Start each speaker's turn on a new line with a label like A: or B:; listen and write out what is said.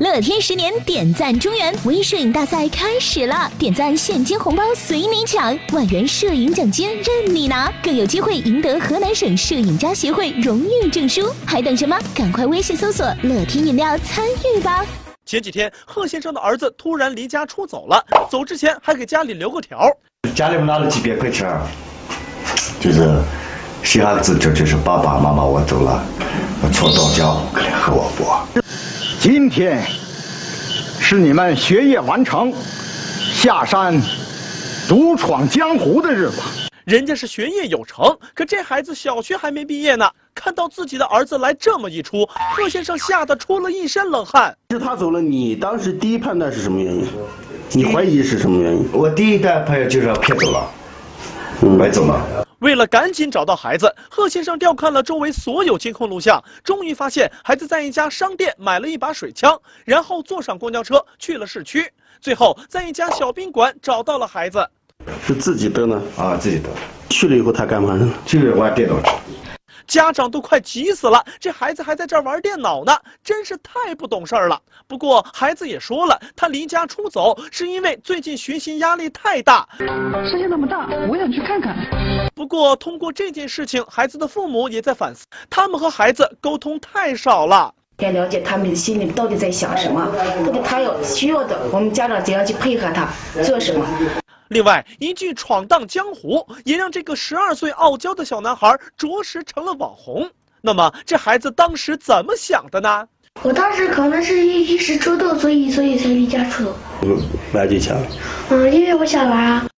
A: 乐天十年点赞中原微摄影大赛开始了，点赞现金红包随你抢，万元摄影奖金任你拿，更有机会赢得河南省摄影家协会荣誉证书，还等什么？赶快微信搜索“乐天饮料”参与吧！
B: 前几天，贺先生的儿子突然离家出走了，走之前还给家里留个条儿。
C: 家里面拿了几百块钱儿，就是写上字条，就是爸爸妈妈我走了，我错到家，快来和我过。
D: 今天是你们学业完成、下山独闯江湖的日子。
B: 人家是学业有成，可这孩子小学还没毕业呢。看到自己的儿子来这么一出，贺先生吓得出了一身冷汗。
E: 是他走了，你当时第一判断是什么原因？你怀疑是什么原因？
C: 我第一代朋友就是要骗走了，买走了。
B: 为了赶紧找到孩子，贺先生调看了周围所有监控录像，终于发现孩子在一家商店买了一把水枪，然后坐上公交车去了市区，最后在一家小宾馆找到了孩子。
E: 是自己的呢？
C: 啊，自己的，
E: 去了以后他干嘛呢？
C: 就是玩电脑去。
B: 家长都快急死了，这孩子还在这儿玩电脑呢，真是太不懂事儿了。不过孩子也说了，他离家出走是因为最近学习压力太大。
F: 世界那么大，我想去看看。
B: 不过通过这件事情，孩子的父母也在反思，他们和孩子沟通太少了。
G: 要了解他们的心里到底在想什么，到底他要需要的，我们家长怎样去配合他做什么。
B: 另外，一句“闯荡江湖”也让这个十二岁傲娇的小男孩着实成了网红。那么，这孩子当时怎么想的呢？
H: 我当时可能是一一时冲动，所以所以才离家出走。
E: 买几枪？
H: 嗯，因为我想玩啊。